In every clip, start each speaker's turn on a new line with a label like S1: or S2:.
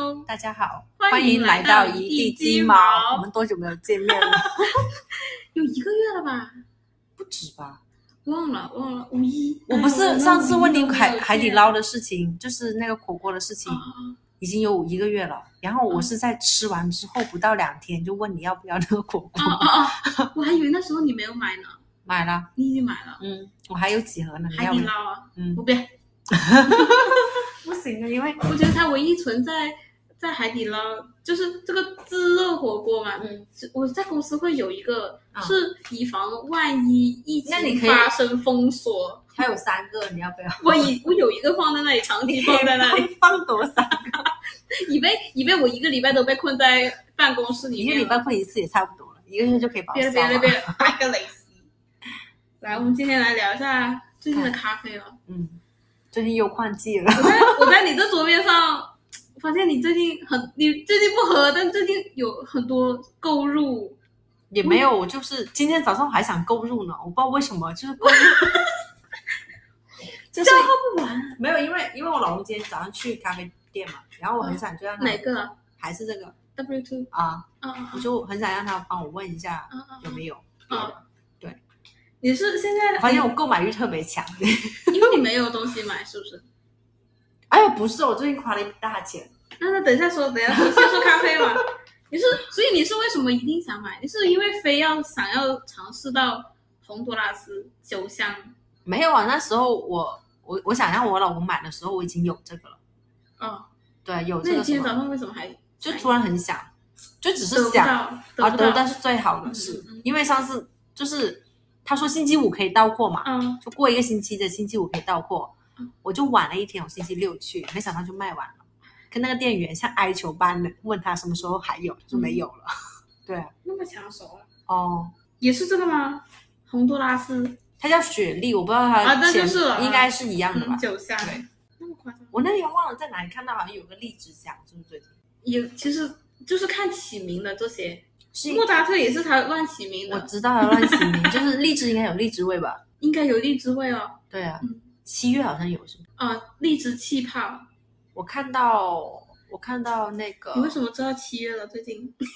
S1: Hello，
S2: 大家好，
S1: 欢迎来
S2: 来
S1: 到
S2: 一地
S1: 一地鸡毛
S2: 毛。我们多久没有见面了？
S1: 有一个月了吧？
S2: 不止吧？
S1: 忘了忘了，五一。
S2: 哦我不
S1: 哎
S2: 是
S1: 呀
S2: 上次问你
S1: 我
S2: 海
S1: 们
S2: 海底
S1: 啊
S2: 捞的事情，就是那个火锅的事情，
S1: 啊
S2: 已经有一个月了。然后我是在吃完之后不到两天就问你要不要那个火锅，
S1: 啊啊！啊我还以为那时候你没有买呢，
S2: 买了，
S1: 你已经买了。
S2: 嗯，我还有几盒呢，你
S1: 海
S2: 要
S1: 底
S2: 不要？
S1: 捞啊，
S2: 嗯
S1: 我，别，
S2: 不行啊，因为
S1: 我觉得它唯一存在在海底捞就是这个自热火锅嘛。
S2: 嗯，
S1: 我在公司会有一个，
S2: 啊
S1: 是以防万一疫
S2: 那你
S1: 情
S2: 可以
S1: 发生封 锁，
S2: 还有三个，你要不要？
S1: 我以我有一个放在那里，长期放在那里，
S2: 放多少？
S1: 以备以备我一个礼拜都被困在办公室 里
S2: 一个
S1: 面了。
S2: 礼拜混一次也差不多了，一个月就可以把我
S1: 别了
S2: 消
S1: 别了
S2: 了。
S1: 别了，拜个雷西。来，我们今天来聊一下最近的咖啡吧。
S2: 嗯，最近又换季了，
S1: 我在我在你这桌面上发现你最近很，你最近不喝，但最近有很多购入。
S2: 也没有，我就是今天早上我还想购入呢，我不知道为什么，就是购 入，就是
S1: 消耗不完，啊
S2: 没有，因为因为我老公今天早上去咖啡店嘛，然后我很想就让他
S1: 哪个啊
S2: 还是这个
S1: ？W two
S2: 啊，
S1: 啊啊
S2: 我就很想让他帮我问一下
S1: 啊啊！
S2: 有没有。
S1: 啊你是现在
S2: 我发现我购买欲特别强，
S1: 因为你没有东西买，是不是？
S2: 哎呀，不是，我最近花了一笔大钱，
S1: 那那等一下说，等一下说，先说咖啡吧。你是，所以你是为什么一定想买？你是因为非要想要尝试到洪都拉斯酒香
S2: 没有啊，那时候我我我想让我老公买的时候，我已经有这个了，
S1: 哦，
S2: 对，有
S1: 那
S2: 这
S1: 你
S2: 个
S1: 今
S2: 什
S1: 天早
S2: 么，
S1: 上为什么还
S2: 就突然很想，就只
S1: 得
S2: 是
S1: 不
S2: 想，
S1: 到？
S2: 啊，
S1: 得不
S2: 得
S1: 到？
S2: 到是最好的事，
S1: 嗯嗯嗯
S2: 因为上次就是他说星期五可以到货嘛，
S1: 嗯，
S2: 就过一个星期的星期五可以到货
S1: 嗯，
S2: 我就晚了一天，我星期六去，没想到就卖完了，跟那个店员像哀求般的问他什么时候还有，他说没有了，对啊，
S1: 那么抢手啊？
S2: 哦，
S1: 也是这个吗？洪都拉斯，
S2: 他叫雪莉，我不知道他
S1: 啊那
S2: 前
S1: 就是了
S2: 应该是一样的吧
S1: 嗯，，酒香，
S2: 对，
S1: 那么夸张？
S2: 我那天忘了在哪里看到，好像有个荔枝香，是不是最近？
S1: 也其实就是看起名的这些，
S2: 是
S1: 莫扎特也是他乱起名
S2: 我
S1: 的，
S2: 知道他乱起 名，就是荔枝应该有荔枝味吧？
S1: 应该有荔枝味哦，
S2: 对啊
S1: 嗯，
S2: 七月好像有是吗？
S1: 啊，荔枝气泡。
S2: 我看到我看到那个
S1: 你为什么知道七月了？最近？
S2: 嗯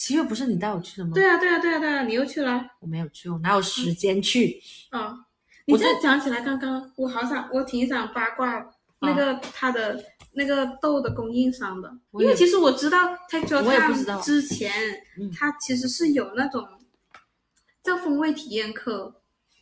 S2: 七月不是你带我去的吗？
S1: 对啊，嗯对啊，对啊，对啊，你又去了
S2: 我没有去，我哪有时间去？
S1: 啊！
S2: 我
S1: 你这样讲起来，刚刚我好想，我挺想八卦那个他的那个豆的供应商的，
S2: 我
S1: 因为
S2: 也
S1: 其实我知道 Take Your
S2: 我也不知
S1: Time
S2: 道
S1: 之前
S2: 嗯，
S1: 它其实是有那种叫风味体验课，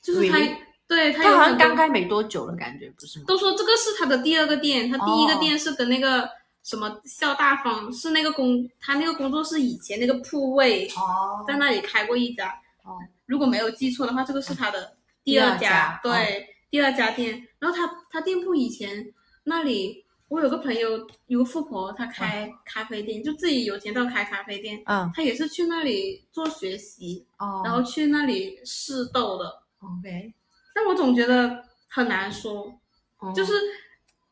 S1: 就是它
S2: Really？
S1: 对它
S2: 他
S1: 有
S2: 好
S1: 很
S2: 像
S1: 多
S2: 刚开没多久的感觉，不是吗？
S1: 都说这个是它的第二个店，它第一个店是跟那个什么笑大方是那个工，他那个工作室以前那个铺位
S2: 哦
S1: 在那里开过一家，
S2: 哦
S1: 如果没有记错的话，这个是他的
S2: 第二
S1: 二
S2: 家哦
S1: 对、第二家店。然后他他店铺以前那里，我有个朋友有个富婆，她开
S2: 哦
S1: 咖啡店，就自己有钱到开咖啡店，
S2: 嗯
S1: 她也是去那里做学习，
S2: 哦，
S1: 然后去那里试豆的。
S2: OK，
S1: 但我总觉得很难说，
S2: 哦
S1: 就是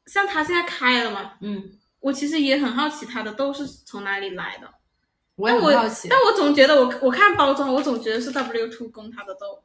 S1: 像他现在开了嘛，
S2: 嗯，
S1: 我其实也很好奇他的豆是从哪里来的。
S2: 我也
S1: 但我
S2: 很好奇，
S1: 但我总觉得我我看包装，我总觉得是 W Two 供他的豆，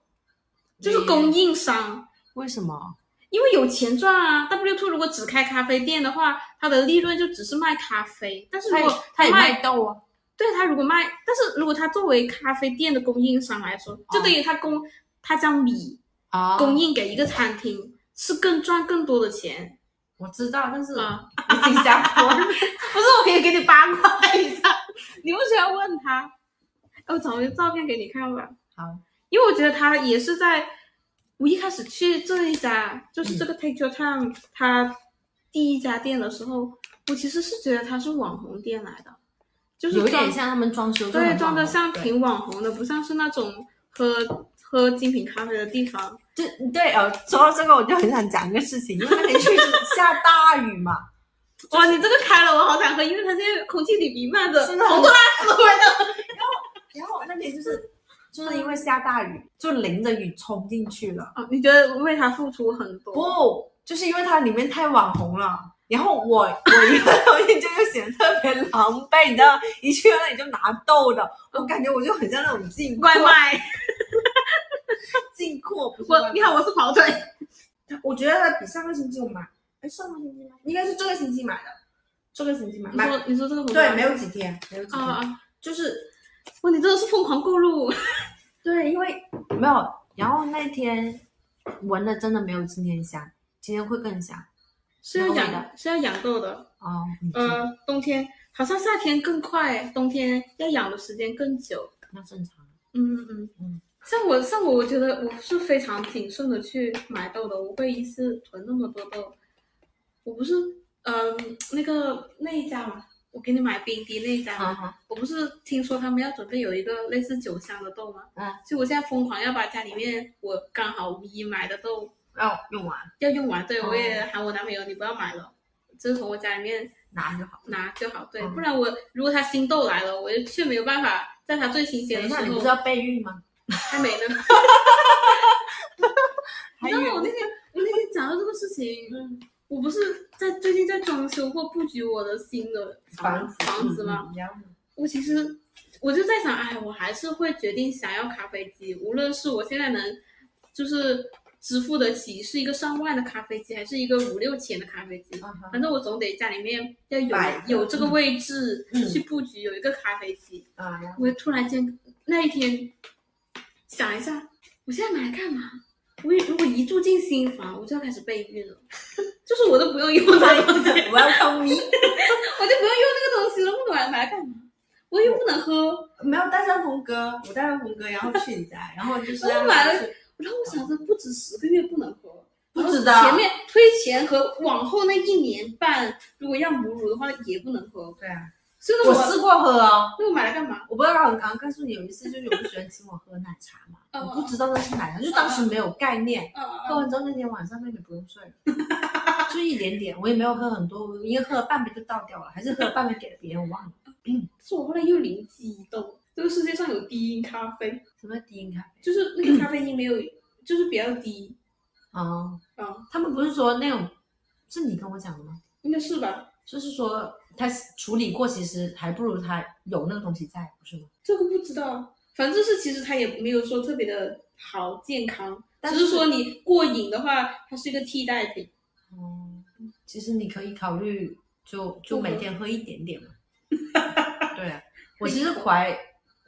S1: 就是供应商，
S2: 为什么？
S1: 因为有钱赚啊。W Two 如果只开咖啡店的话，它的利润就只是卖咖啡，但是
S2: 他
S1: 如
S2: 也
S1: 果
S2: 他也
S1: 卖，
S2: 卖豆啊，
S1: 对他如果卖，但是如果他作为咖啡店的供应商来说，就等于他供他将米
S2: 啊
S1: 供应给一个餐厅，是更赚更多的钱
S2: 我知道，但是
S1: 啊。
S2: 你新 加坡
S1: 不是，我可以给你八卦一下，你为什么要问他？哎我找个照片给你看吧。
S2: 好，
S1: 因为我觉得他也是在我一开始去这一家，就是
S2: 嗯
S1: 这个 Take Your Time 他第一家店的时候，我其实是觉得他是网红店来的，就是
S2: 有
S1: 装
S2: 点像他们装修就很
S1: 对
S2: 好，
S1: 装的像
S2: 对
S1: 挺网红的，不像是那种喝喝精品咖啡的地方。
S2: 这对呃，说到这个我就很想讲一个事情，因为那天去 是下大雨嘛，
S1: 哇，你这个开了，我好想喝，因为它现在空气里弥漫着
S2: 真的很
S1: 洪都拉斯的味道。
S2: 然后那天就是就是因为下大雨，就淋着雨冲进去了。
S1: 啊，你觉得为他付出很多？
S2: 不，就是因为它里面太网红了。然后我我一个东西就又显得特别狼狈，你知道，一去到那里就拿豆的，我感觉我就很像那种进货
S1: 外卖，
S2: 进货，不是外
S1: 我
S2: 卖
S1: 你好，我是跑腿。
S2: 我觉得它比上个星期我买，哎，上个星期买应该是这个星期买的，这个星期买
S1: 你说你说这个红包
S2: 对，没有几天，没有几天，
S1: 啊啊！
S2: 就是
S1: 哇，你真的是疯狂购入，
S2: 对，因为没有，然后那天闻的真的没有今天香，今天会更香
S1: 是要
S2: 然后
S1: 养是要养够的。
S2: 哦。你听
S1: 呃，冬天好像夏天更快，冬天要养的时间更久。
S2: 那正常。
S1: 嗯嗯
S2: 嗯
S1: 嗯。像我像我，我觉得我是非常谨慎的去买豆的，我不会一次囤那么多豆。我不是嗯、那个那一家嘛，我给你买冰滴那一家嘛，
S2: 哈，
S1: 我不是听说他们要准备有一个类似酒香的豆吗？
S2: 嗯，
S1: 所以我现在疯狂要把家里面我刚好五一买的豆
S2: 要用完
S1: 要用完。对，
S2: 哦
S1: 我也喊我男朋友，你不要买了，就从我家里面
S2: 拿就好。
S1: 拿就好。对，
S2: 嗯
S1: 不然我如果他新豆来了，我就却没有办法在它最新鲜
S2: 等
S1: 的
S2: 一
S1: 时
S2: 哎下，你不是
S1: 候
S2: 要备孕吗？
S1: 还没呢。你知道我那天我那天讲到这个事情，
S2: 嗯
S1: 我不是在最近在装修或布局我的新的
S2: 房子
S1: 房子吗？？
S2: 嗯嗯一样的
S1: 我其实我就在想，哎，我还是会决定想要咖啡机，无论是我现在能就是支付得起是一个上万的咖啡机，还是一个五六千的咖啡机，
S2: 嗯哼
S1: 反正我总得家里面要有
S2: 摆着
S1: 有这个位置、
S2: 嗯
S1: 去布局，有一个咖啡机。
S2: 啊，然后
S1: 我突然间那一天想一下，我现在买来干嘛？我如果一住进新房，我就要开始备孕了， 就是我都不用 用它了。
S2: Welcome me。
S1: 我就不用用那个东西了，不管买来干嘛？我又不能喝，
S2: 没有带上红哥，我带上红哥，然后去你家，然后就是
S1: 我
S2: 要
S1: 买了然后我想着不止十个月不能喝，
S2: 不止的
S1: 然后前面推前和往后那一年半，如果要母乳的话也不能喝，
S2: 对啊，
S1: 所以呢
S2: 我
S1: 我
S2: 试过喝哦。
S1: 那我买来干嘛？
S2: 我不知道，我刚刚告诉你有一次，就是我不喜欢请我喝奶茶嘛，
S1: 嗯
S2: 我不知道那是奶茶，就当时没有概念，
S1: 嗯
S2: 喝完之后那天晚上妹妹不用睡，就一点点，我也没有喝很多，我应该喝了半杯就倒掉了，还是喝了半杯给了别人，我忘了。
S1: 是我后来又灵机一动，这个世界上有低因咖啡，
S2: 什么低音咖啡？
S1: 就是那个咖啡因没有，就是比较低，
S2: 哦，
S1: 啊，
S2: 他们不是说那种，是你跟我讲的吗？
S1: 应该是吧？
S2: 就是说他处理过，其实还不如他有那个东西在，不是吗？
S1: 这个不知道，反正就是其实它也没有说特别的好健康，
S2: 但
S1: 只
S2: 是
S1: 是说你过瘾的话，它是一个替代品。
S2: 哦、其实你可以考虑就就每天喝一点 点嘛。对啊，我其实怀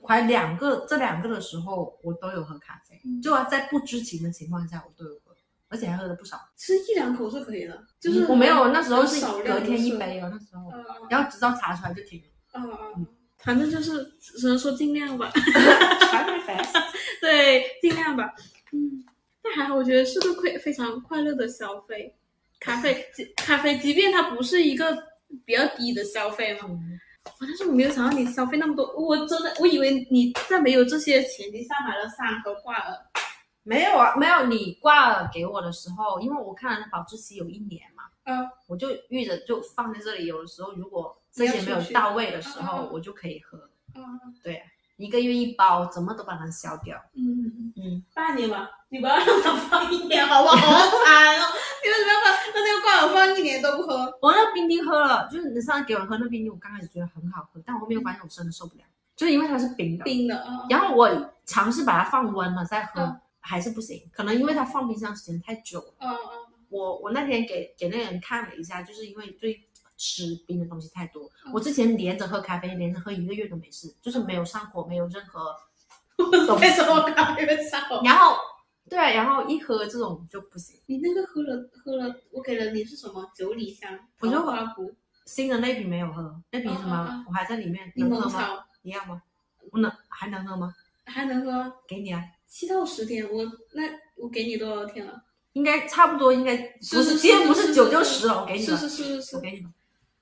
S2: 怀两个这两个的时候，我都有喝咖啡，
S1: 嗯
S2: 就啊在不知情的情况下，我都有喝，而且还喝了不少。
S1: 吃一两口是可以的，就是
S2: 嗯我没有，那时候是
S1: 少量
S2: 隔
S1: 的
S2: 天一
S1: 摄
S2: 杯哦，那时候，
S1: 嗯嗯
S2: 然后直到查出来就停了。
S1: 嗯嗯嗯，反正就是只能说尽量吧，
S2: 嗯
S1: 对，尽量吧。嗯，但还好，我觉得是个快非常快乐的消费。咖啡，即咖啡，即便它不是一个比较低的消费嘛，哇但是我没有想到你消费那么多，我真的我以为你在没有这些前提下买了三盒挂耳，
S2: 没有啊，没有。你挂了给我的时候，因为我看了保质期有一年嘛，
S1: 呃，
S2: 我就预着就放在这里。有的时候如果这些没有到位的时
S1: 你要
S2: 候
S1: 出，去
S2: 我就可以喝。
S1: 嗯
S2: 对啊，一个月一包，怎么都把它消掉。
S1: 嗯，
S2: 嗯，
S1: 半年吧，你不要让它放一年好不好？好惨哦！你为什么要把那那个挂耳放一年都不喝？
S2: 我那冰冰喝了，就是你上次给我喝那冰冰，我刚开始觉得很好喝，但我后面发现我真的受不了，就是因为它是冰的。
S1: 冰的啊，
S2: 然后我尝试把它放温了再喝，
S1: 嗯
S2: 还是不行，可能因为它放冰箱时间太久了。
S1: 嗯嗯
S2: 我我那天给给那个人看了一下，就是因为最吃冰的东西太多，
S1: 嗯
S2: 我之前连着喝咖啡，连着喝一个月都没事，就是没有上火，没有任何
S1: 嗯，
S2: 东
S1: 为
S2: 西。
S1: 什么咖啡会上火？
S2: 然后对，啊然后一喝这种就不行，
S1: 你那个喝了喝了，我给了你是什么九里香？
S2: 我就
S1: 桃花菇、
S2: 新的那瓶没有喝，那瓶什么、
S1: 嗯嗯嗯
S2: 我还在里面，
S1: 柠
S2: 能
S1: 檬
S2: 喝吗？
S1: 草，
S2: 你要吗？不能，还能喝吗？
S1: 还能喝
S2: 给你啊，
S1: 七到十天。我那我给你多少天了？
S2: 应该差不多，应该
S1: 是
S2: 不
S1: 是是
S2: 今天不
S1: 是
S2: 是
S1: 是
S2: 九就是十了，我给你
S1: 是
S2: 了，
S1: 是是是是
S2: 我，给你了。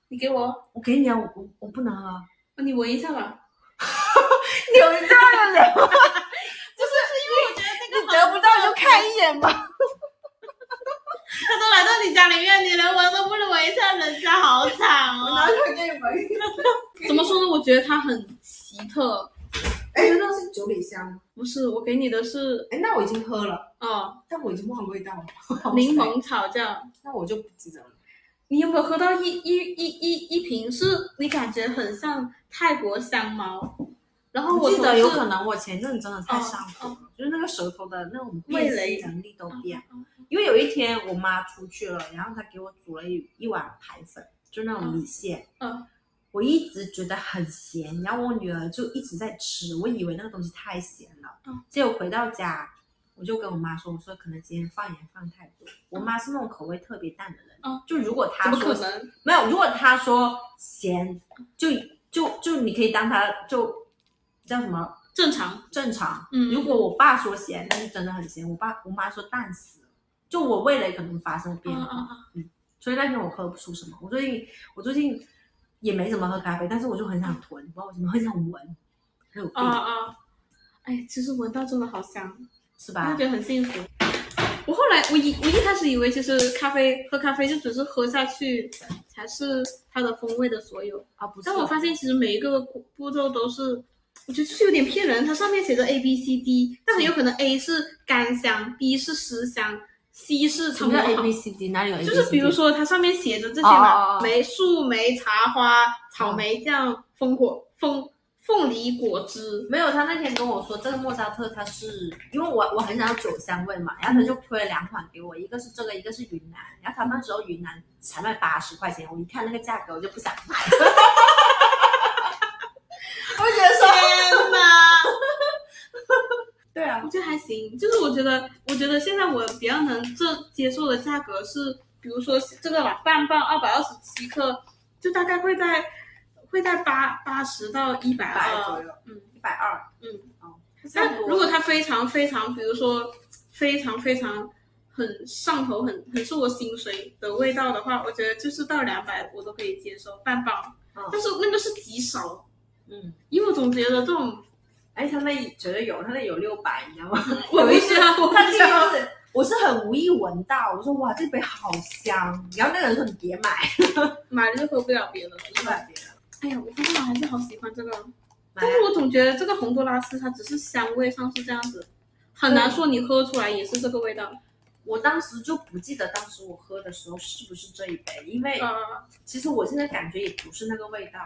S1: 你给我，哦
S2: 我给你啊，我我我不能喝。
S1: 你闻一下吧。
S2: 有这样的人吗？
S1: 因为我觉得
S2: 你得不到就看一眼 吧。
S1: 他都来到你家里面，你连闻都不能闻一下，人家好惨哦。
S2: 出来给你闻。
S1: 怎么说呢？我觉得它很奇特。
S2: 哎，那是九里香。
S1: 不是，我给你的是
S2: 哎，那我已经喝了，
S1: 哦，
S2: 但我已经忘了味道了。
S1: 柠，檬草酱。
S2: 那我就不记得了。
S1: 你有没有喝到一一一一一瓶是你感觉很像泰国香茅？然后
S2: 啊我
S1: 我哦
S2: 记得有可
S1: 能
S2: 能哦我前阵子真的太上火了，就是那个舌头的那种辨
S1: 味蕾
S2: 识能力
S1: 哦
S2: 嗯都变。因为有一天我妈出去了，然后她给我煮了一一碗排粉，就那种米线，
S1: 嗯，
S2: 我一直觉得很咸，然后我女儿就一直在吃，我以为那个东西太咸了，
S1: 嗯
S2: 结果回到家我就跟我妈说，我说可能今天放盐放太多，我妈是那种口味特别淡的人，
S1: 嗯
S2: 就如果她
S1: 怎
S2: 说
S1: 么可能？
S2: 没有，如果她说咸，就就就你可以当她就叫什么
S1: 正常，
S2: 正常。
S1: 嗯
S2: 如果我爸说咸，那是真的很咸；我爸我妈说淡死了，就我味蕾可能发生变
S1: 嗯
S2: 化。
S1: 嗯嗯，
S2: 所以那天我喝不出什么。我最近我最近也没怎么喝咖啡，但是我就很想囤，不知道为什么很想闻，很有病、
S1: 啊啊！哎，其实闻到真的好香，
S2: 是
S1: 我就
S2: 吧？
S1: 觉得很幸福。我后来我一我一开始以为其实咖啡喝咖啡就只是喝下去才是它的风味的所有，
S2: 啊，不是
S1: 但，我发现其实每一个步骤都是，我觉得就是有点骗人。它上面写着 A B C D，但很有可能 A 是干香，B 是湿香，C 是
S2: 什
S1: 什
S2: 么
S1: 么
S2: 叫 A B C D？哪里有 A B
S1: 就
S2: C D？
S1: 是比如说它上面写着这些
S2: 哦哦
S1: 嘛，
S2: 哦
S1: 梅、树莓、茶花、草莓酱、蜂果、凤凤梨果汁。
S2: 没有，他那天跟我说这个莫扎特，它是因为我我很想要酒香味嘛，然后他就推了两款给我，一个是这个，一个是云南，然后他那时候云南才卖八十块钱，我一看那个价格我就不想买了，我觉得说
S1: 天
S2: 哦
S1: 哪！
S2: 对啊，
S1: 我觉得还行，就是我觉得，我觉得现在我比较能这接受的价格是，比如说这个吧，半磅二百二十七克，就大概会在会在八八十到一百
S2: 百左
S1: 二。
S2: 右，
S1: 嗯
S2: 一 百二，
S1: 嗯，
S2: 哦，
S1: 但如果它非常非常，比如说非常非常很上头，很很是我薪水的味道的话，我觉得就是到两百我都可以接受半磅，
S2: 嗯
S1: 但是那个是极少，
S2: 嗯，
S1: 因为我总觉得这种
S2: 哎，他那觉得有，他那有六百，你知道吗？
S1: 我不知道，我不
S2: 他第一
S1: 知道。
S2: 次，我是很无意闻到，我说哇，这杯好香，然后那个人说你别买，
S1: 买了就喝不了别的了，一
S2: 不
S1: 百
S2: 买别的，
S1: 哎呀，我发现我还是好喜欢这个，
S2: 买
S1: 但是我总觉得这个洪都拉斯它只是香味上是这样子，很难说你喝出来也是这个味道。
S2: 我当时就不记得当时我喝的时候是不是这一杯，因为
S1: 呃，
S2: 其实我现在感觉也不是那个味道，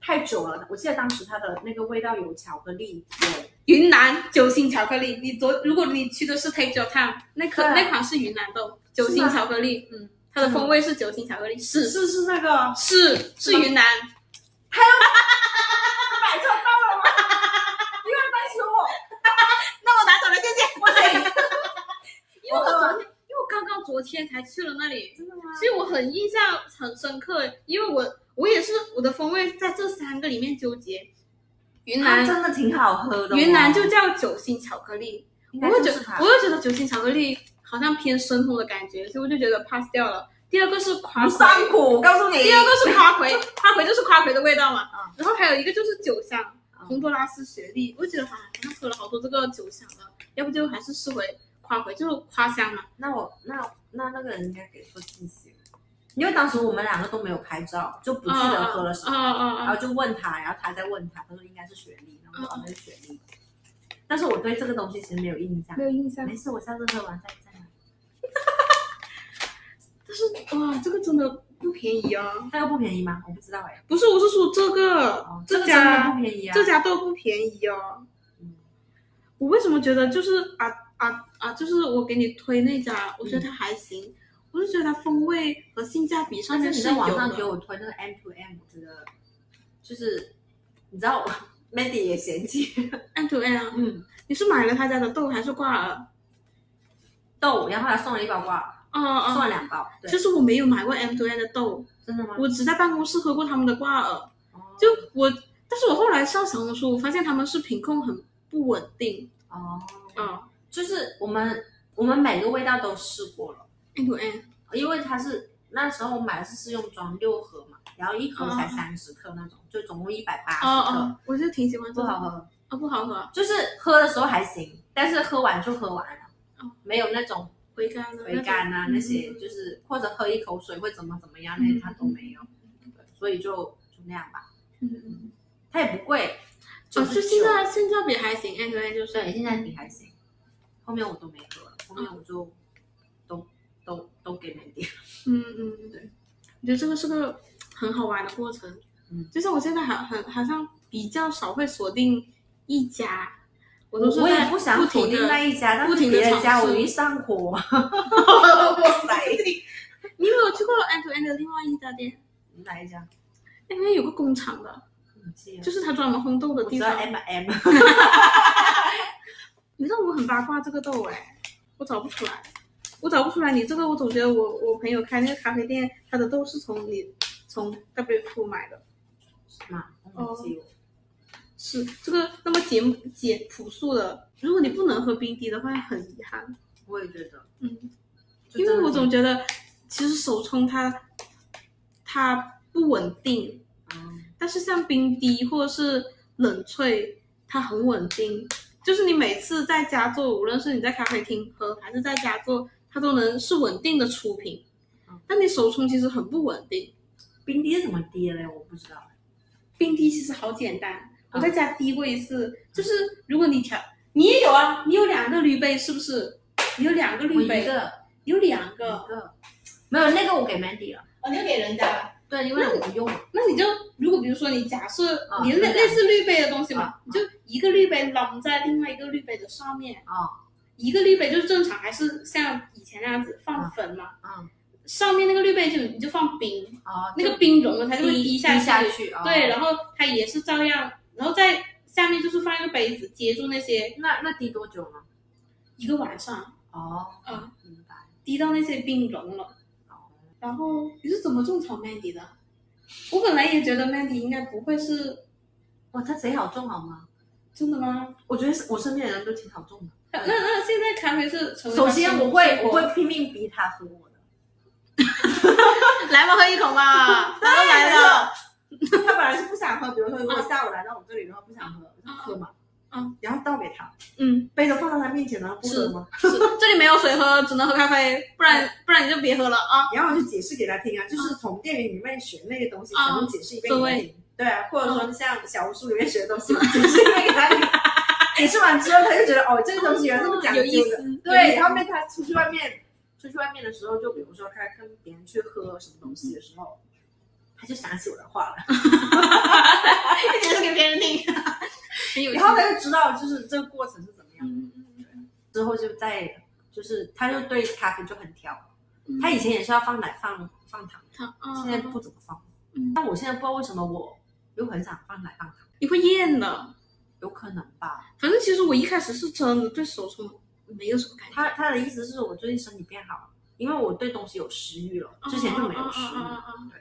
S2: 太久了。我记得当时它的那个味道有巧克力，有
S1: 云南九星巧克力，你昨如果你去的是 Take Your Time，那可
S2: 对
S1: 那款是云南豆九星巧克力，嗯，它的风味是九星巧克力，是是
S2: 是是那个，
S1: 是是云南，
S2: 他买错到了 吗？你要担心我，
S1: 那我拿走了，谢谢。
S2: 我得
S1: 因为我昨天，因为我刚刚昨天才去了那里，
S2: 真的吗？
S1: 所以我很印象很深刻，因为我我也是我的风味在这三个里面纠结，云
S2: 它
S1: 南。
S2: 真的挺好喝的哦、
S1: 云南就叫九星巧克力，
S2: 应
S1: 我
S2: 该
S1: 又
S2: 就
S1: 觉
S2: 是它
S1: 我，又觉得九星巧克力好像偏生酮的感觉，所以我就觉得 pass 掉了。第二个是夸葵，
S2: 山苦，我告诉你，
S1: 第二个是夸 葵，夸葵就是夸葵的味道嘛
S2: 嗯。
S1: 然后还有一个就是酒香，
S2: 嗯
S1: 洪都拉斯雪莉，我觉得好像喝了好多这个酒香了，要不就还是试回夸葵，就是夸香嘛。
S2: 那我那那那个人应该给错信息了，因为当时我们两个都没有拍照，就不记得喝了什么，
S1: 啊啊
S2: 然
S1: 啊！
S2: 后就问他，然后他再问他，他说应该是雪莉，然后我
S1: 嗯
S2: 说那是雪莉，但是我对这个东西其实没有印象
S1: 没。有印象
S2: 没，事，我下次喝完再再买。
S1: 但是哇，这个真的不便宜啊！
S2: 那个不便宜吗？我不知道哎、
S1: 不是，我是说这个
S2: 哦，这
S1: 这
S2: 个真的
S1: 家
S2: 不便宜啊。
S1: 这家豆不便宜哦。
S2: 嗯，
S1: 我为什么觉得就是啊啊啊，就是我给你推那家，我觉得它还行，我就觉得它风味和性价比上
S2: 但是
S1: 面
S2: 你
S1: 是
S2: 在
S1: 有
S2: 网上给
S1: 的。
S2: 我推那个 M to M，我觉得就是你知道我 Mandy 也嫌弃，
S1: 按主任啊，
S2: 嗯，
S1: 你是买了他家的豆还是挂耳？
S2: 豆，然后他送了一包瓜尔，
S1: 哦
S2: 送
S1: 哦，
S2: 嗯了两包，对
S1: 其，实我没有买过 M to N 的豆，
S2: 真的吗？
S1: 我只在办公室喝过他们的挂耳。
S2: 哦
S1: 就我，但是我后来上小红书，我发现他们是品控很不稳定。
S2: 哦，
S1: 啊
S2: 就是我们我们每个味道都试过了，
S1: m to N，
S2: 因为它是那时候我买的是试用装六盒嘛，然后一盒才三十克那种，就总共一百八
S1: 嗯哦
S2: 十克，
S1: 哦，我就挺喜欢这
S2: 不
S1: 种
S2: 好，喝。
S1: 啊不好喝，
S2: 就是喝的时候还行，但是喝完就喝完了，
S1: 哦
S2: 没有那种
S1: 回甘的那
S2: 回
S1: 种
S2: 甘啊
S1: 嗯
S2: 那些，
S1: 嗯嗯
S2: 就是或者喝一口水会怎么怎么样那些
S1: 嗯
S2: 它都没有，对所以就就那样吧。
S1: 嗯嗯，嗯
S2: 它也不贵，
S1: 哦，
S2: 99
S1: 就现在性价比还行，M to N 就是。
S2: 对，现在你还行。后面我都没喝了，后面我就都都都给没点。
S1: 嗯嗯，嗯对，我觉得这个是个很好玩的过程。
S2: 嗯，
S1: 就像我现在还很好像比较少会锁定一家，我都是
S2: 我也
S1: 在
S2: 不想锁
S1: 停
S2: 定
S1: 的
S2: 那一家，但
S1: 不
S2: 是
S1: 停地
S2: 别人家
S1: 尝
S2: 我
S1: 试
S2: 容易上火。
S1: 哇塞！你有没有去过 N to N 的另外一家店？
S2: 哪一家？
S1: 那边有个工厂的，
S2: 就
S1: 就是他专门烘豆的
S2: 我
S1: 地
S2: 知道哎
S1: 方。
S2: M M，
S1: 你让我很八卦这个豆哎，我找不出来，我找不出来。你这个我总觉得我我朋友开那个咖啡店，他的豆是从你从 W 库买的，
S2: 是吗？我忘
S1: 哦
S2: 记了。
S1: 是这个那么简简朴素的。如果你不能喝冰滴的话，很遗憾。
S2: 我也觉得，
S1: 嗯，
S2: 就
S1: 因为我
S2: 真
S1: 总觉得其实手冲它它不稳定，
S2: 的嗯
S1: 但是像冰滴或者是冷萃，它很稳定，就是你每次在家做，无论是你在咖啡厅喝还是在家做，它都能是稳定的出品
S2: 嗯。
S1: 但你手冲其实很不稳定，
S2: 冰滴是怎么滴的嘞？我不知道。
S1: 冰滴其实好简单，我
S2: 嗯
S1: 在家滴过一次，就是如果你调，你也有啊，你有两个滤杯是不是？你有两个
S2: 我
S1: 滤
S2: 一
S1: 杯，
S2: 个嗯
S1: 有两
S2: 一
S1: 个，
S2: 个，没有那个我给 Mandy 了。
S1: 哦，你就给人家了。
S2: 对，因为我不用了。
S1: 那你就如果比如说你假设
S2: 啊
S1: 你类
S2: 对的
S1: 类似滤杯的东西嘛
S2: 啊，
S1: 你就一个滤杯拢在另外一个滤杯的上面，
S2: 哦，
S1: 一个滤杯就是正常，还是像以前那样子放粉嘛？
S2: 嗯，
S1: 上面那个滤杯就你就放冰，
S2: 哦，
S1: 那个冰融了它就会
S2: 滴
S1: 下
S2: 下
S1: 去。
S2: 去。哦
S1: 对，然后它也是照样，然后再下面就是放一个杯子接住那些
S2: 那那滴多久呢？
S1: 一个晚上，
S2: 哦，
S1: 嗯，
S2: 明白。
S1: 滴到那些冰融了。
S2: 哦，
S1: 然后你是怎么种草 Mandy 的？我本来也觉得 Mandy 应该不会是
S2: 哇，它贼好种好吗？
S1: 真的吗？
S2: 我觉得是我身边的人都挺好种
S1: 那
S2: 的。
S1: 那现在咖啡是成为
S2: 首先我会我
S1: 生
S2: 会拼命逼他喝 我的，
S1: 活来吧，喝一 口嘛，来都来了。
S2: 他本来是不想喝，比如说如果下午来到我这里的话不想喝，我就喝嘛，
S1: 嗯，
S2: 然后倒给他，
S1: 嗯，
S2: 杯都放到他面前了，不喝吗？
S1: 是这里没有水喝，只能喝咖啡，不然不然你就别喝了啊。
S2: 然后我就解释给他听啊，就是从电影里面学那些东西，
S1: 嗯
S2: 全部解释一遍
S1: 作
S2: 给他
S1: 为嗯
S2: 听。对啊，或者说像小红书里面学的东 西，我解释一遍给他听。解释完之后，他就觉得哦，这个东西原来这么讲究
S1: 有意
S2: 的。
S1: 思，
S2: 对，然后被他出去外面，出去外面的时候，就比如说他跟别人去喝什么东西的时候，他就想起我的话了，
S1: 解释 给别人听，很有意思
S2: 然。后他就知道就是这个过程是怎么样的，
S1: 嗯嗯嗯
S2: 之后就在就是他就对咖啡就很挑，
S1: 嗯
S2: 他以前也是要放奶放放糖，
S1: 他啊
S2: 现在不怎么放
S1: 嗯，
S2: 但我现在不知道为什么我又很想放奶放糖，
S1: 你会厌的。
S2: 有可能吧？
S1: 反正其实我一开始是真的对手冲没有什么感觉，
S2: 他他的意思是我最近身体变好了，因为我对东西有食欲了，之前就没有食欲。
S1: 啊啊啊啊啊啊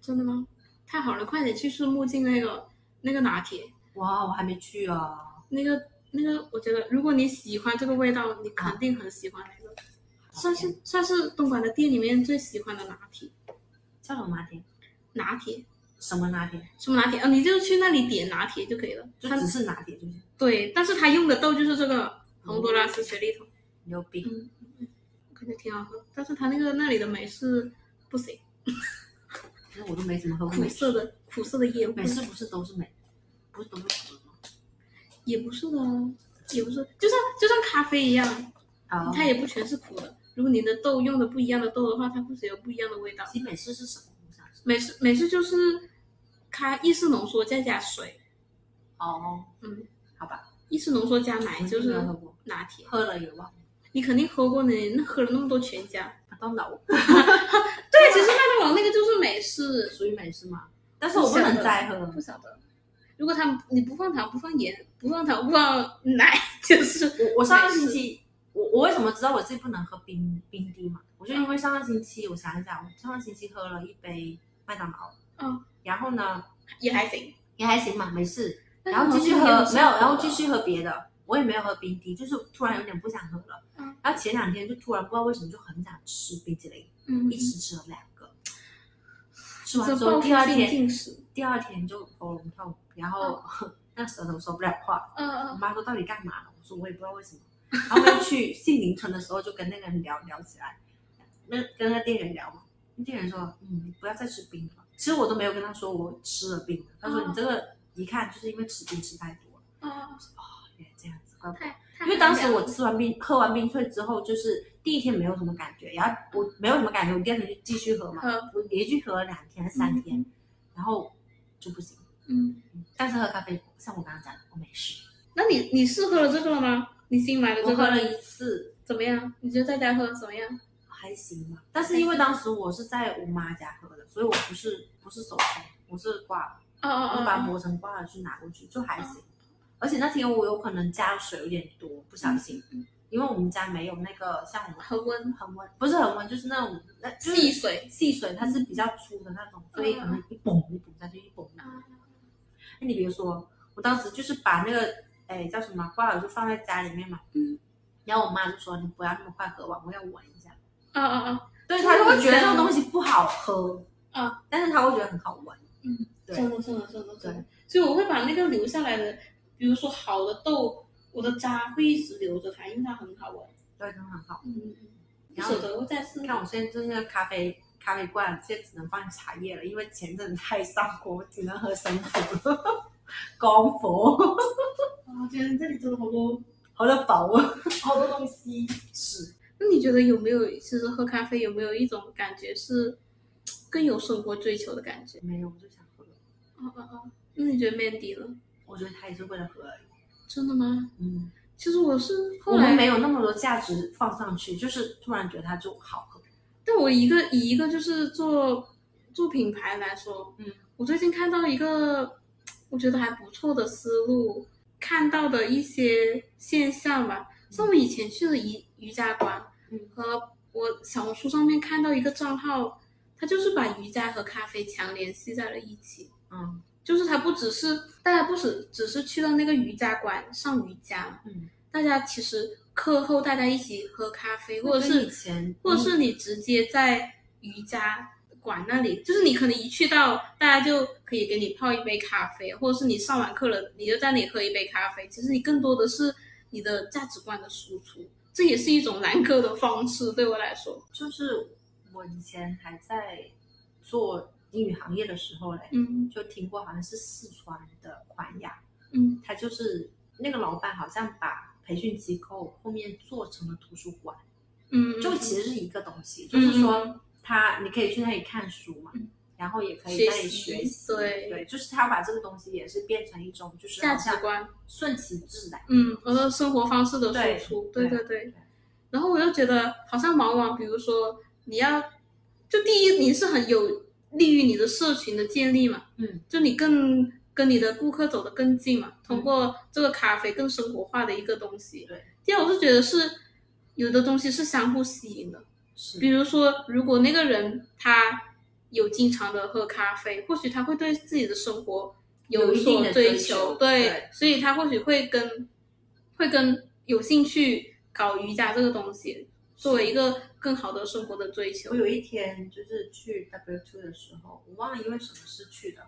S1: 真的吗？太好了，快点去试墨镜那个那个拿铁，
S2: 哇，我还没去啊，
S1: 那个那个，我觉得如果你喜欢这个味道，你肯定很喜欢那个，算是算是东莞的店里面最喜欢的拿铁，
S2: 叫什么拿铁？
S1: 拿铁。
S2: 什么拿铁？
S1: 什么拿铁啊？你就去那里点拿铁就可以了。
S2: 就
S1: 它
S2: 只是拿铁就是。
S1: 对，但是他用的豆就是这个洪都拉斯雪莉桶，
S2: 牛逼！
S1: 嗯，我感觉挺好喝。但是他那个那里的美式不行，
S2: 因为我都没怎么喝过
S1: 苦
S2: 美
S1: 涩
S2: 式，
S1: 的苦涩的夜味
S2: 美，式不是都是美，不是都是苦的吗？
S1: 也不是的，啊也不是，就像就像咖啡一样，
S2: 啊
S1: 它也不全是苦的。如果你的豆用的不一样的豆的话，它会是有不一样的味道。
S2: 其实美式是什么？我想知道
S1: 美式美式就是它意式浓缩再加水，
S2: 哦，
S1: 嗯，
S2: 好吧，
S1: 意式浓缩加奶
S2: 我
S1: 就
S2: 没
S1: 是
S2: 有喝过，
S1: 拿铁。
S2: 喝了也忘了，
S1: 你肯定喝过呢，那喝了那么多全家。
S2: 它到脑啊
S1: 对，其实麦当劳那个就是美式，
S2: 属于美式嘛，但是我啊不能再喝
S1: 不，晓得。如果他你不放糖、不放盐、不放糖、不放奶， 就是
S2: 我我上个星期，我我为什么知道我自己不能喝冰冰滴嘛？我就因为上个星期，我想一想，我上个星期喝了一杯麦当劳，
S1: 嗯，
S2: 然后呢
S1: 也还行。
S2: 也还行嘛，没事，然后继续喝，没有，然后继续喝别的，我也没有喝冰滴，就是突然有点不想喝了，
S1: 嗯
S2: 然后前两天就突然不知道为什么就很想吃冰淇淋，
S1: 嗯
S2: 一，吃吃了两个，吃完
S1: 这
S2: 之后
S1: 报复
S2: 第二
S1: 性
S2: 天
S1: 进食。
S2: 第二天就喉咙痛，然后、 那舌头说不了话，
S1: 嗯
S2: 我
S1: 嗯
S2: 妈说到底干嘛了？我说我也不知道为什么。然后就去信宁村的时候，就跟那个人聊聊起来，那跟那店员聊嘛。那店员说，嗯，你不要再吃冰了。其实我都没有跟他说我吃了冰了。他说
S1: 哦
S2: 你这个一看就是因为吃冰吃太多了。
S1: 嗯，
S2: 哦，原来这样子，怪不得。
S1: 太
S2: 因为当时我吃完冰喝完冰萃之后，就是第一天没有什么感觉，然后我没有什么感觉，我第二天就继续喝嘛，
S1: 喝
S2: 我连续喝了两天三天，，然后就不行。
S1: 嗯，
S2: 但是喝咖啡，像我刚刚讲的，我没事。
S1: 那你你是喝了这个了吗？你新买的
S2: 我
S1: 这
S2: 喝了
S1: 个
S2: 一次，
S1: 怎么样？你觉得在家喝怎么样？
S2: 还还行吧。但是因为当时我是在我妈家喝的，所以我不是不是手冲，我是挂耳，
S1: 哦哦
S2: 我把
S1: 哦，
S2: 磨成挂耳去拿过去，就还行。而且那天我有可能加水有点多，不小心，因为我们家没有那个像我们
S1: 恒温
S2: 恒温，不是恒温，就是那种那就是
S1: 细水，
S2: 细水，它是比较粗的那种，所以可能一蹦一蹦下去，一蹦一蹦那你别说，我当时就是把那个哎叫什么挂耳就放在家里面嘛，
S1: 嗯，
S2: 然后我妈就说你不要那么快喝完，我要闻一下。
S1: 哦哦
S2: 对，
S1: 就是
S2: 她就会
S1: 闻
S2: 觉得
S1: 香
S2: 这个东西不好喝，
S1: 嗯，
S2: 但是她会觉得很好闻，
S1: 嗯，哦，
S2: 对
S1: 真的真的真的真的，所以我会把那个留下来的，比如说好的豆，我的渣会一直留着它，因为它很好闻，
S2: 对，真的很好。
S1: 嗯，不
S2: 然后
S1: 舍得会再吃
S2: 你。看我现在就是那个咖啡咖啡罐，现在只能放茶叶了，因为前阵子太上火，我只能喝生火 了，光佛，
S1: 啊，今天这里真的好多。
S2: 好了饱啊，好多东西是。
S1: 那你觉得有没有，其实喝咖啡有没有一种感觉是更有生活追求的感觉？
S2: 没有，我就想喝。
S1: 哦哦哦，那你觉得 Mandy 呢？
S2: 我觉得他也是为了喝而已。
S1: 真的吗？
S2: 嗯，
S1: 其实我是
S2: 我
S1: 后
S2: 们
S1: 来，
S2: 没有那么多价值放上去，就是突然觉得它就好喝。
S1: 但我一个以一个就是做做品牌来说，
S2: 嗯，
S1: 我最近看到一个我觉得还不错的思路，看到的一些现象吧。像我以前去了瑜瑜伽馆，
S2: 嗯
S1: 和我小红书上面看到一个账号，它就是把瑜伽和咖啡强联系在了一起。
S2: 嗯
S1: 就是他不只是大家不只只是去到那个瑜伽馆上瑜伽嘛，
S2: 嗯，
S1: 大家其实课后大家一起喝咖啡，或者
S2: 跟以
S1: 是
S2: 前，
S1: 或者是你直接在瑜伽馆那里，就是你可能一去到，大家就可以给你泡一杯咖啡，或者是你上完课了，你就在那里喝一杯咖啡。其实你更多的是你的价值观的输出，这也是一种揽客的方式，对我来说，
S2: 嗯就是我以前还在做英语行业的时候嘞，
S1: 嗯
S2: 就听过好像是四川的款雅，
S1: 嗯
S2: 他就是那个老板好像把培训机构后面做成了图书馆。
S1: 嗯，
S2: 就其
S1: 实
S2: 实是一个东西，就
S1: 嗯
S2: 是说他你可以去那里看书嘛
S1: 嗯，
S2: 然后也可以
S1: 学
S2: 那里
S1: 习
S2: 学习，
S1: 对
S2: 对，就是他把这个东西也是变成一种就是好
S1: 价值
S2: 像
S1: 观，
S2: 顺其自然，
S1: 嗯，我的生活方式的输出，对
S2: 对
S1: 对对。然后我又觉得，好像往往比如说你要，就第一你是很有利于你的社群的建立嘛，
S2: 嗯，
S1: 就你更跟你的顾客走得更近嘛，通过这个咖啡更生活化的一个东西。
S2: 对。
S1: 第二，我是觉得是有的东西是相互吸引的，比
S2: 是
S1: 如说如果那个人他有经常的喝咖啡，或许他会对自己的生活
S2: 有一定
S1: 所
S2: 的
S1: 追
S2: 追求
S1: 对，
S2: 对
S1: 所以他或许会跟会跟有兴趣搞瑜伽这个东西，作为一个更好的生活的追求
S2: 我。有一天就是去 W two 的时候，我忘了因为什么事去的，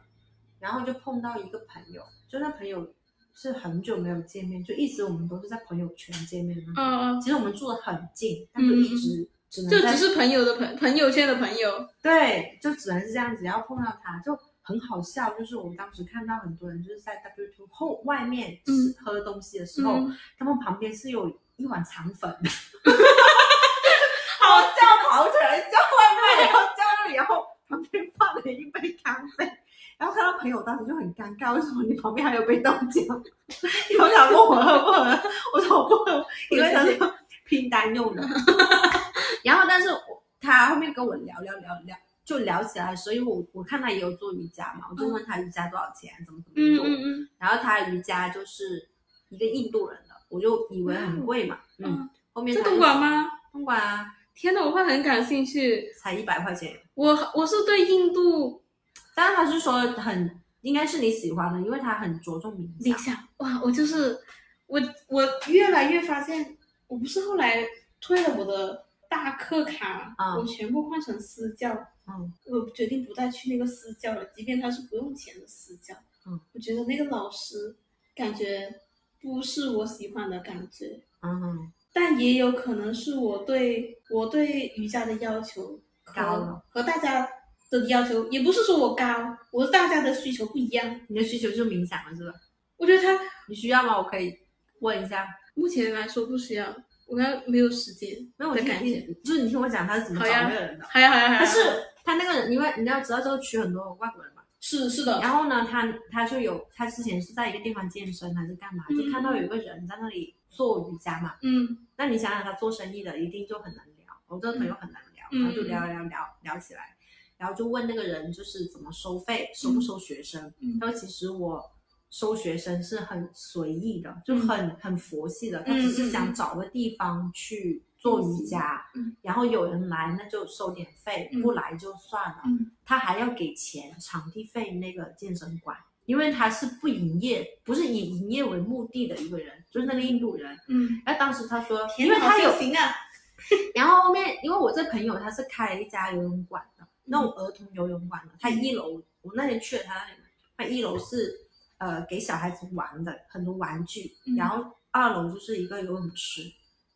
S2: 然后就碰到一个朋友，就那朋友是很久没有见面，就一直我们都是在朋友圈见面的那种。
S1: 嗯嗯，
S2: 其实我们住的很近，但就一直只能
S1: 就
S2: 在
S1: 只是朋友的朋朋友圈的朋友。
S2: 对，就只能是这样子。然后碰到他就很好笑，就是我们当时看到很多人就是在 W two 后外面吃、
S1: 嗯
S2: 喝东西的时候，
S1: 嗯
S2: 他们旁边是有一碗肠粉，好叫跑腿，叫外卖，然后叫那里，然后旁边放了一杯咖啡。然后看到朋友当时就很尴尬，为什么你旁边还有杯豆浆？ 然后他问我喝不喝，我说我不喝，因为他说拼单用的。 然后但是我他后面跟我聊聊聊聊，就聊起来，所以我我看他也有做瑜伽嘛，我就问他瑜伽多少钱，怎么怎么
S1: 嗯
S2: 做。
S1: 嗯
S2: 然后他瑜伽就是一个印度人的，我就以为很贵嘛，
S1: 嗯
S2: 嗯
S1: 嗯，，
S2: 后面
S1: 这
S2: 他
S1: 东莞？吗？
S2: 东莞啊，
S1: 天呐，我会很感兴趣。
S2: 才一百块钱，
S1: 我我是对印度
S2: 但是他是说很应该是你喜欢的，因为他很着重冥
S1: 冥
S2: 想，
S1: 想哇，我就是我我越来越发现，我不是后来退了我的大课卡，
S2: 啊
S1: 我全部换成私教，
S2: 嗯，
S1: 我决定不再去那个私教了，即便他是不用钱的私教。
S2: 嗯，
S1: 我觉得那个老师感觉不是我喜欢的感觉，
S2: 嗯，
S1: 但也有可能是我对我对瑜伽的要求和
S2: 高了
S1: 和大家的要求，也不是说我高，我大家的需求不一样。
S2: 你的需求就是冥想了是吧？
S1: 我觉得他
S2: 你需要吗？我可以问一下。
S1: 目前来说不需要，我刚没有时间
S2: 没有，我
S1: 的
S2: 听
S1: 感觉。
S2: 你就是你听我讲他是怎么
S1: 好
S2: 找
S1: 呀
S2: 那个人的，
S1: 还有还有还有，
S2: 他是他那个人，因为你要知道这个区很多外国人嘛。
S1: 是是的，
S2: 然后呢，他他就有他之前是在一个地方健身还是干嘛，就看到有一个人在那里做瑜伽嘛。
S1: 嗯
S2: 那你想想，他做生意的一定就很难聊，我这个朋友很难聊。然后就
S1: 嗯
S2: 聊聊聊聊起来，然后就问那个人就是怎么收费，收不
S1: 嗯
S2: 收学生？
S1: 嗯
S2: 他说其实我收学生是很随意的，就很很佛系的，他
S1: 嗯
S2: 只是想
S1: 嗯
S2: 找个地方去做瑜伽，
S1: 嗯
S2: 然后有人来那就收点费，
S1: 嗯
S2: 不来就算了，
S1: 嗯
S2: 他还要给钱场地费那个健身馆。因为他是不营业，不是以营业为目的的一个人，就是那个印度人。
S1: 嗯，
S2: 然后当时他说，
S1: 天
S2: 因为
S1: 好
S2: 他有
S1: 小心啊，
S2: 然后后面，因为我这朋友他是开了一家游泳馆的，那种
S1: 嗯
S2: 儿童游泳馆的，他一楼，我那天去了他那里，他一楼是呃给小孩子玩的很多玩具，
S1: 嗯
S2: 然后二楼就是一个游泳池，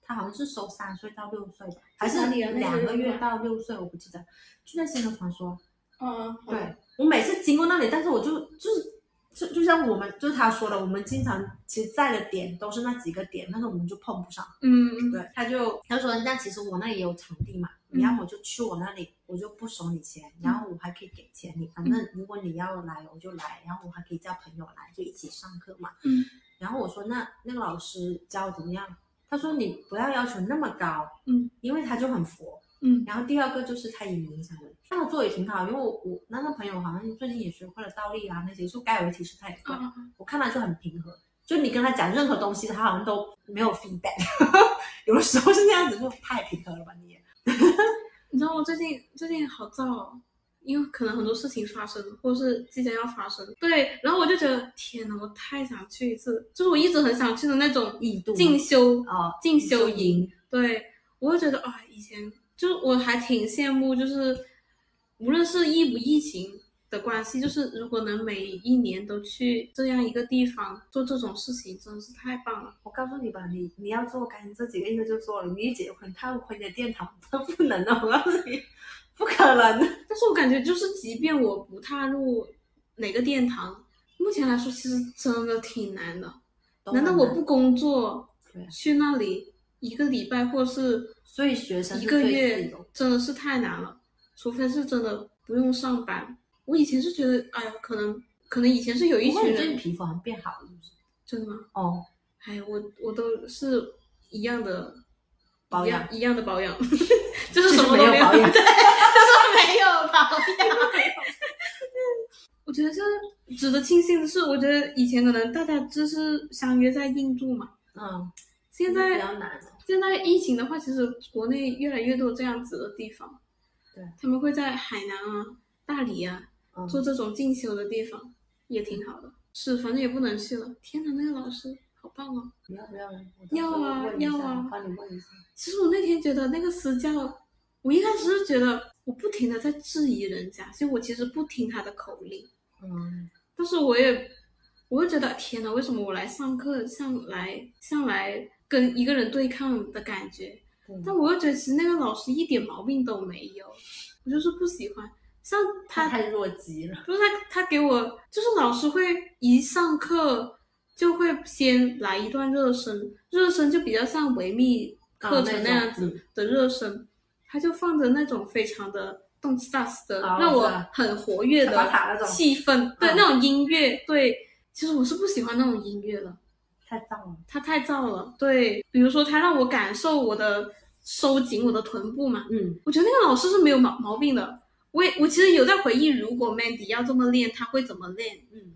S2: 他好像是收三岁到六岁吧，还
S1: 在
S2: 是
S1: 哪里啊那个
S2: 两
S1: 游
S2: 个
S1: 泳
S2: 月
S1: 馆
S2: 到六岁，我不记得，就在新的传说，
S1: 嗯，好
S2: 对，我每次经过那里，但是我就就是就就像我们就是他说的，我们经常其实在的点都是那几个点，但是我们就碰不上。
S1: 嗯，
S2: 对，他就他说，那其实我那里也有场地嘛，
S1: 嗯
S2: 你要么就去我那里，我就不收你钱，然后我还可以给钱你，反正如果你要来我就来，然后我还可以叫朋友来，就一起上课嘛。
S1: 嗯，
S2: 然后我说那那个老师教怎么样？他说你不要要求那么高，
S1: 嗯，
S2: 因为他就很佛。
S1: 嗯
S2: 然后第二个就是他也影响我，那他做也挺好，因为我我那个朋友好像最近也学会了倒立啊那些，就该有的体式他也会，
S1: 啊，
S2: 我看他就很平和，就你跟他讲任何东西，他好像都没有 feedback，有的时候是那样子，就太平和了吧你也。
S1: 你知道我最近最近好燥哦，因为可能很多事情发生，或者是即将要发生。对，然后我就觉得天哪，我太想去一次，就是我一直很想去的那种
S2: 异度
S1: 进修
S2: 哦，
S1: 进修营。对，我会觉得啊，以前就是我还挺羡慕，就是无论是疫不疫情的关系，就是如果能每一年都去这样一个地方做这种事情，真的是太棒了。
S2: 我告诉你吧，你你要做，赶紧这几个月就做了。你一结婚，踏回你的殿堂，他不能的，我告诉你，不可能的。
S1: 但是我感觉就是，即便我不踏入哪个殿堂，目前来说其实真的挺难的。难道我不工作
S2: 对
S1: 去那里一个礼拜，或是
S2: 所以学生是
S1: 一个
S2: 最自
S1: 月
S2: 由，
S1: 真的是太难了。除非是真的不用上班。我以前是觉得，哎呀，可能可能以前是有一
S2: 不过
S1: 群
S2: 你最近
S1: 人，
S2: 皮肤好像变好了，是不是？
S1: 真的吗？
S2: 哦，
S1: 哎，我我都是一样的
S2: 保
S1: 一
S2: 养
S1: 样一样的保养， 就
S2: 就是
S1: 什
S2: 是
S1: 么
S2: 没
S1: 都
S2: 有保 养
S1: 对，就是没有保养。我觉得就是值得庆幸的是，我觉得以前可能大家就是相约在印度嘛，
S2: 嗯，
S1: 现
S2: 比
S1: 在
S2: 较难了。
S1: 现在疫情的话，其实国内越来越多这样子的地方，
S2: 对
S1: 他们会在海南啊、大理啊
S2: 嗯
S1: 做这种进修的地方，也挺好的。是，反正也不能去了。天哪，那个老师好棒哦！
S2: 你要不要？我
S1: 要
S2: 到时候
S1: 啊
S2: 问一下
S1: 要啊
S2: 帮你问一下。
S1: 其实我那天觉得那个私教，我一开始是觉得我不停的在质疑人家，所以我其实不听他的口令，
S2: 嗯，
S1: 但是我也，我会觉得天哪，为什么我来上课像来像来跟一个人对抗的感觉？
S2: 对
S1: 但我又觉得其实那个老师一点毛病都没有，我就是不喜欢。像
S2: 他
S1: 他，
S2: 太弱鸡了。
S1: 不是他，他给我就是老师会一上课就会先来一段热身，热身就比较像维密课
S2: 啊
S1: 程那样子
S2: 嗯
S1: 的热身，他就放着那种非常的动次打次的，
S2: 哦
S1: 让
S2: 我
S1: 我
S2: 知道
S1: 很活跃
S2: 小宝塔那
S1: 的
S2: 种
S1: 气氛，对、
S2: 嗯
S1: 那种音乐，对，其实我是不喜欢那种音乐的。
S2: 太脏了。
S1: 他太燥了。对，比如说他让我感受我的收紧我的臀部嘛，
S2: 嗯，
S1: 我觉得那个老师是没有毛毛病的。我也我其实有在回忆，如果 Mandy 要这么练，他会怎么练？
S2: 嗯，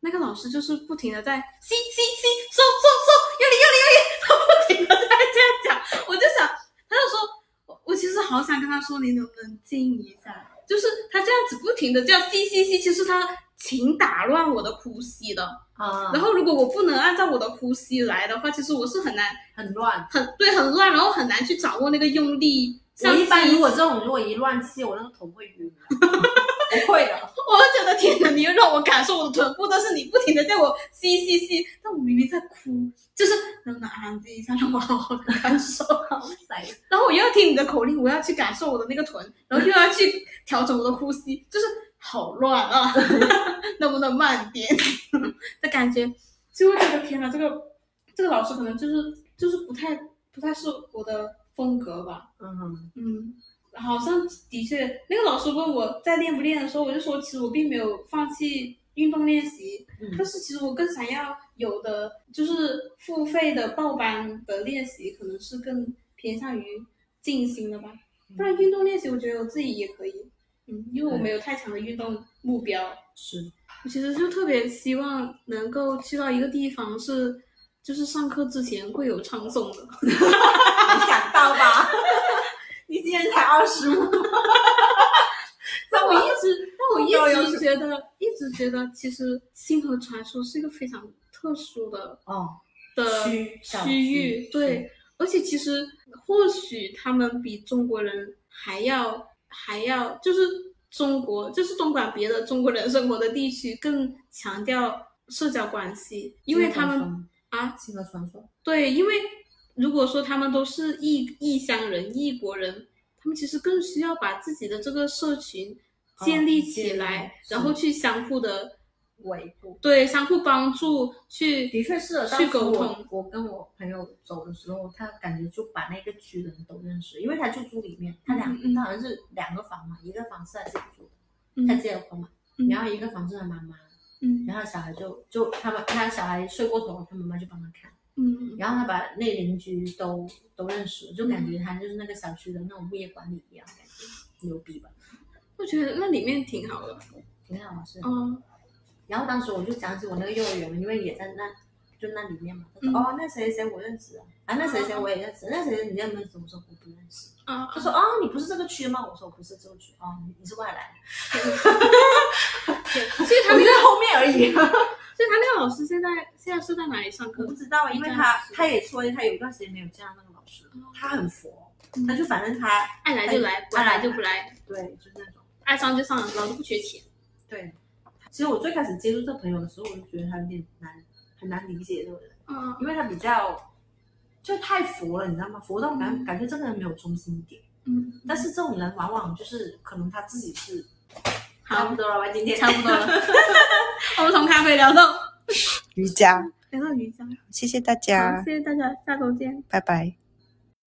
S1: 那个老师就是不停的在吸吸吸，收收收，用 力用力用力，他不停的在这样讲，我就想，他就说，我我其实好想跟他说，你能不能静一下？就是他这样子不停的这样吸吸吸，其实他挺打乱我的呼吸的。
S2: 啊，
S1: 然后如果我不能按照我的呼吸来的话，其实我是很难
S2: 很乱。
S1: 很对很乱，然后很难去掌握那个用力。
S2: 我
S1: 像
S2: 一般
S1: 吸
S2: 如果这种如果一乱气，我那个头会晕 的，不会的。
S1: 我会觉得天哪，你又让我感受我的臀部，但是你不停的叫我吸吸吸，但我明明在哭，就是能不能安静一下，让我好好的感受。 然后我又要听你的口令，我要去感受我的那个臀，然后又要去调整我的呼吸，就是好乱啊！ 能不能慢点的感觉？所以我觉得天哪，这个这个老师可能就是就是不太不太是我的风格吧。
S2: 嗯，
S1: 嗯，好像的确，那个老师问我在练不练的时候，我就说其实我并没有放弃运动练习，
S2: 嗯
S1: 但是其实我更想要有的就是付费的报班的练习，可能是更偏向于静心的吧。不然运动练习，我觉得我自己也可以。嗯，因为我
S2: 对
S1: 没有太强的运动目标，
S2: 是
S1: 我其实就特别希望能够去到一个地方是，就是上课之前会有唱诵的。
S2: 没想到吧？ 你今年才二十五，
S1: 但
S2: 那
S1: 我
S2: 我
S1: 一直， 但
S2: 有
S1: 我一
S2: 有
S1: 直觉得，一直觉得，其实星河传说是一个非常特殊的
S2: 哦，
S1: 的
S2: 区小
S1: 区域，
S2: 是
S1: 对，而且其实或许他们比中国人还要还要，就是中国就是东莞别的中国人生活的地区更强调社交关系，因为他们啊，
S2: 新的传说，
S1: 对，因为如果说他们都是异异乡人、异国人，他们其实更需要把自己的这个社群
S2: 哦
S1: 建立
S2: 建
S1: 起
S2: 立
S1: 来，
S2: 是
S1: 然后去相互的
S2: 维护。
S1: 对相互帮助去
S2: 的确是的，当
S1: 去
S2: 时
S1: 沟
S2: 我
S1: 通。
S2: 我跟我朋友走的时候，他感觉就把那个区的人都认识，因为他就住里面，他两、
S1: 嗯嗯
S2: 他好像是两个房嘛，一个房是他自己住的，
S1: 嗯
S2: 他结了婚嘛，
S1: 嗯
S2: 然后一个房是他妈妈，
S1: 嗯
S2: 然后小孩就就他们他小孩睡过头，他妈妈就帮他看，
S1: 嗯
S2: 然后他把那邻居都都认识，就感觉他就是那个小区的那种物业管理一样，感觉牛逼吧，
S1: 我觉得那里面挺好的，
S2: 挺好的是。
S1: 嗯
S2: 然后当时我就想起我那个幼儿园，因为也在那，就那里面嘛。他说、
S1: 嗯
S2: 哦，那谁谁我认识啊，啊那谁谁我也认识，那谁谁你认不认识？我说我不认识。
S1: 啊，
S2: 他说哦，你不是这个区吗？我说我不是这个区，哦，你你是外来的，
S1: 所以 他
S2: 我就
S1: 那个，
S2: 在后面而已。
S1: 所以他那个老师现在现在是在哪里上
S2: 我
S1: 课
S2: 不？知道，因为他嗯他也说他有一段时间没有见到那个老师了，他很佛，他就反正他
S1: 爱来就来，不
S2: 爱来
S1: 来就不来，
S2: 对就是那种
S1: 爱上就上，老子不缺钱。
S2: 对。其实我最开始接触这朋友的时候，我就觉得他有点难，很难理解这个人。
S1: 嗯
S2: 因为他比较就太佛了，你知道吗？佛到感感觉这个人没有中心点。
S1: 嗯，
S2: 但是这种人往往就是可能他自己是差
S1: 好
S2: 不，多了吧，今天
S1: 差不多了。 我们从咖啡聊到
S3: 瑜伽，
S1: 聊到瑜伽，
S3: 谢谢大
S1: 好，
S3: 家，
S2: 啊
S1: 谢谢大家，下周见。
S3: 拜拜。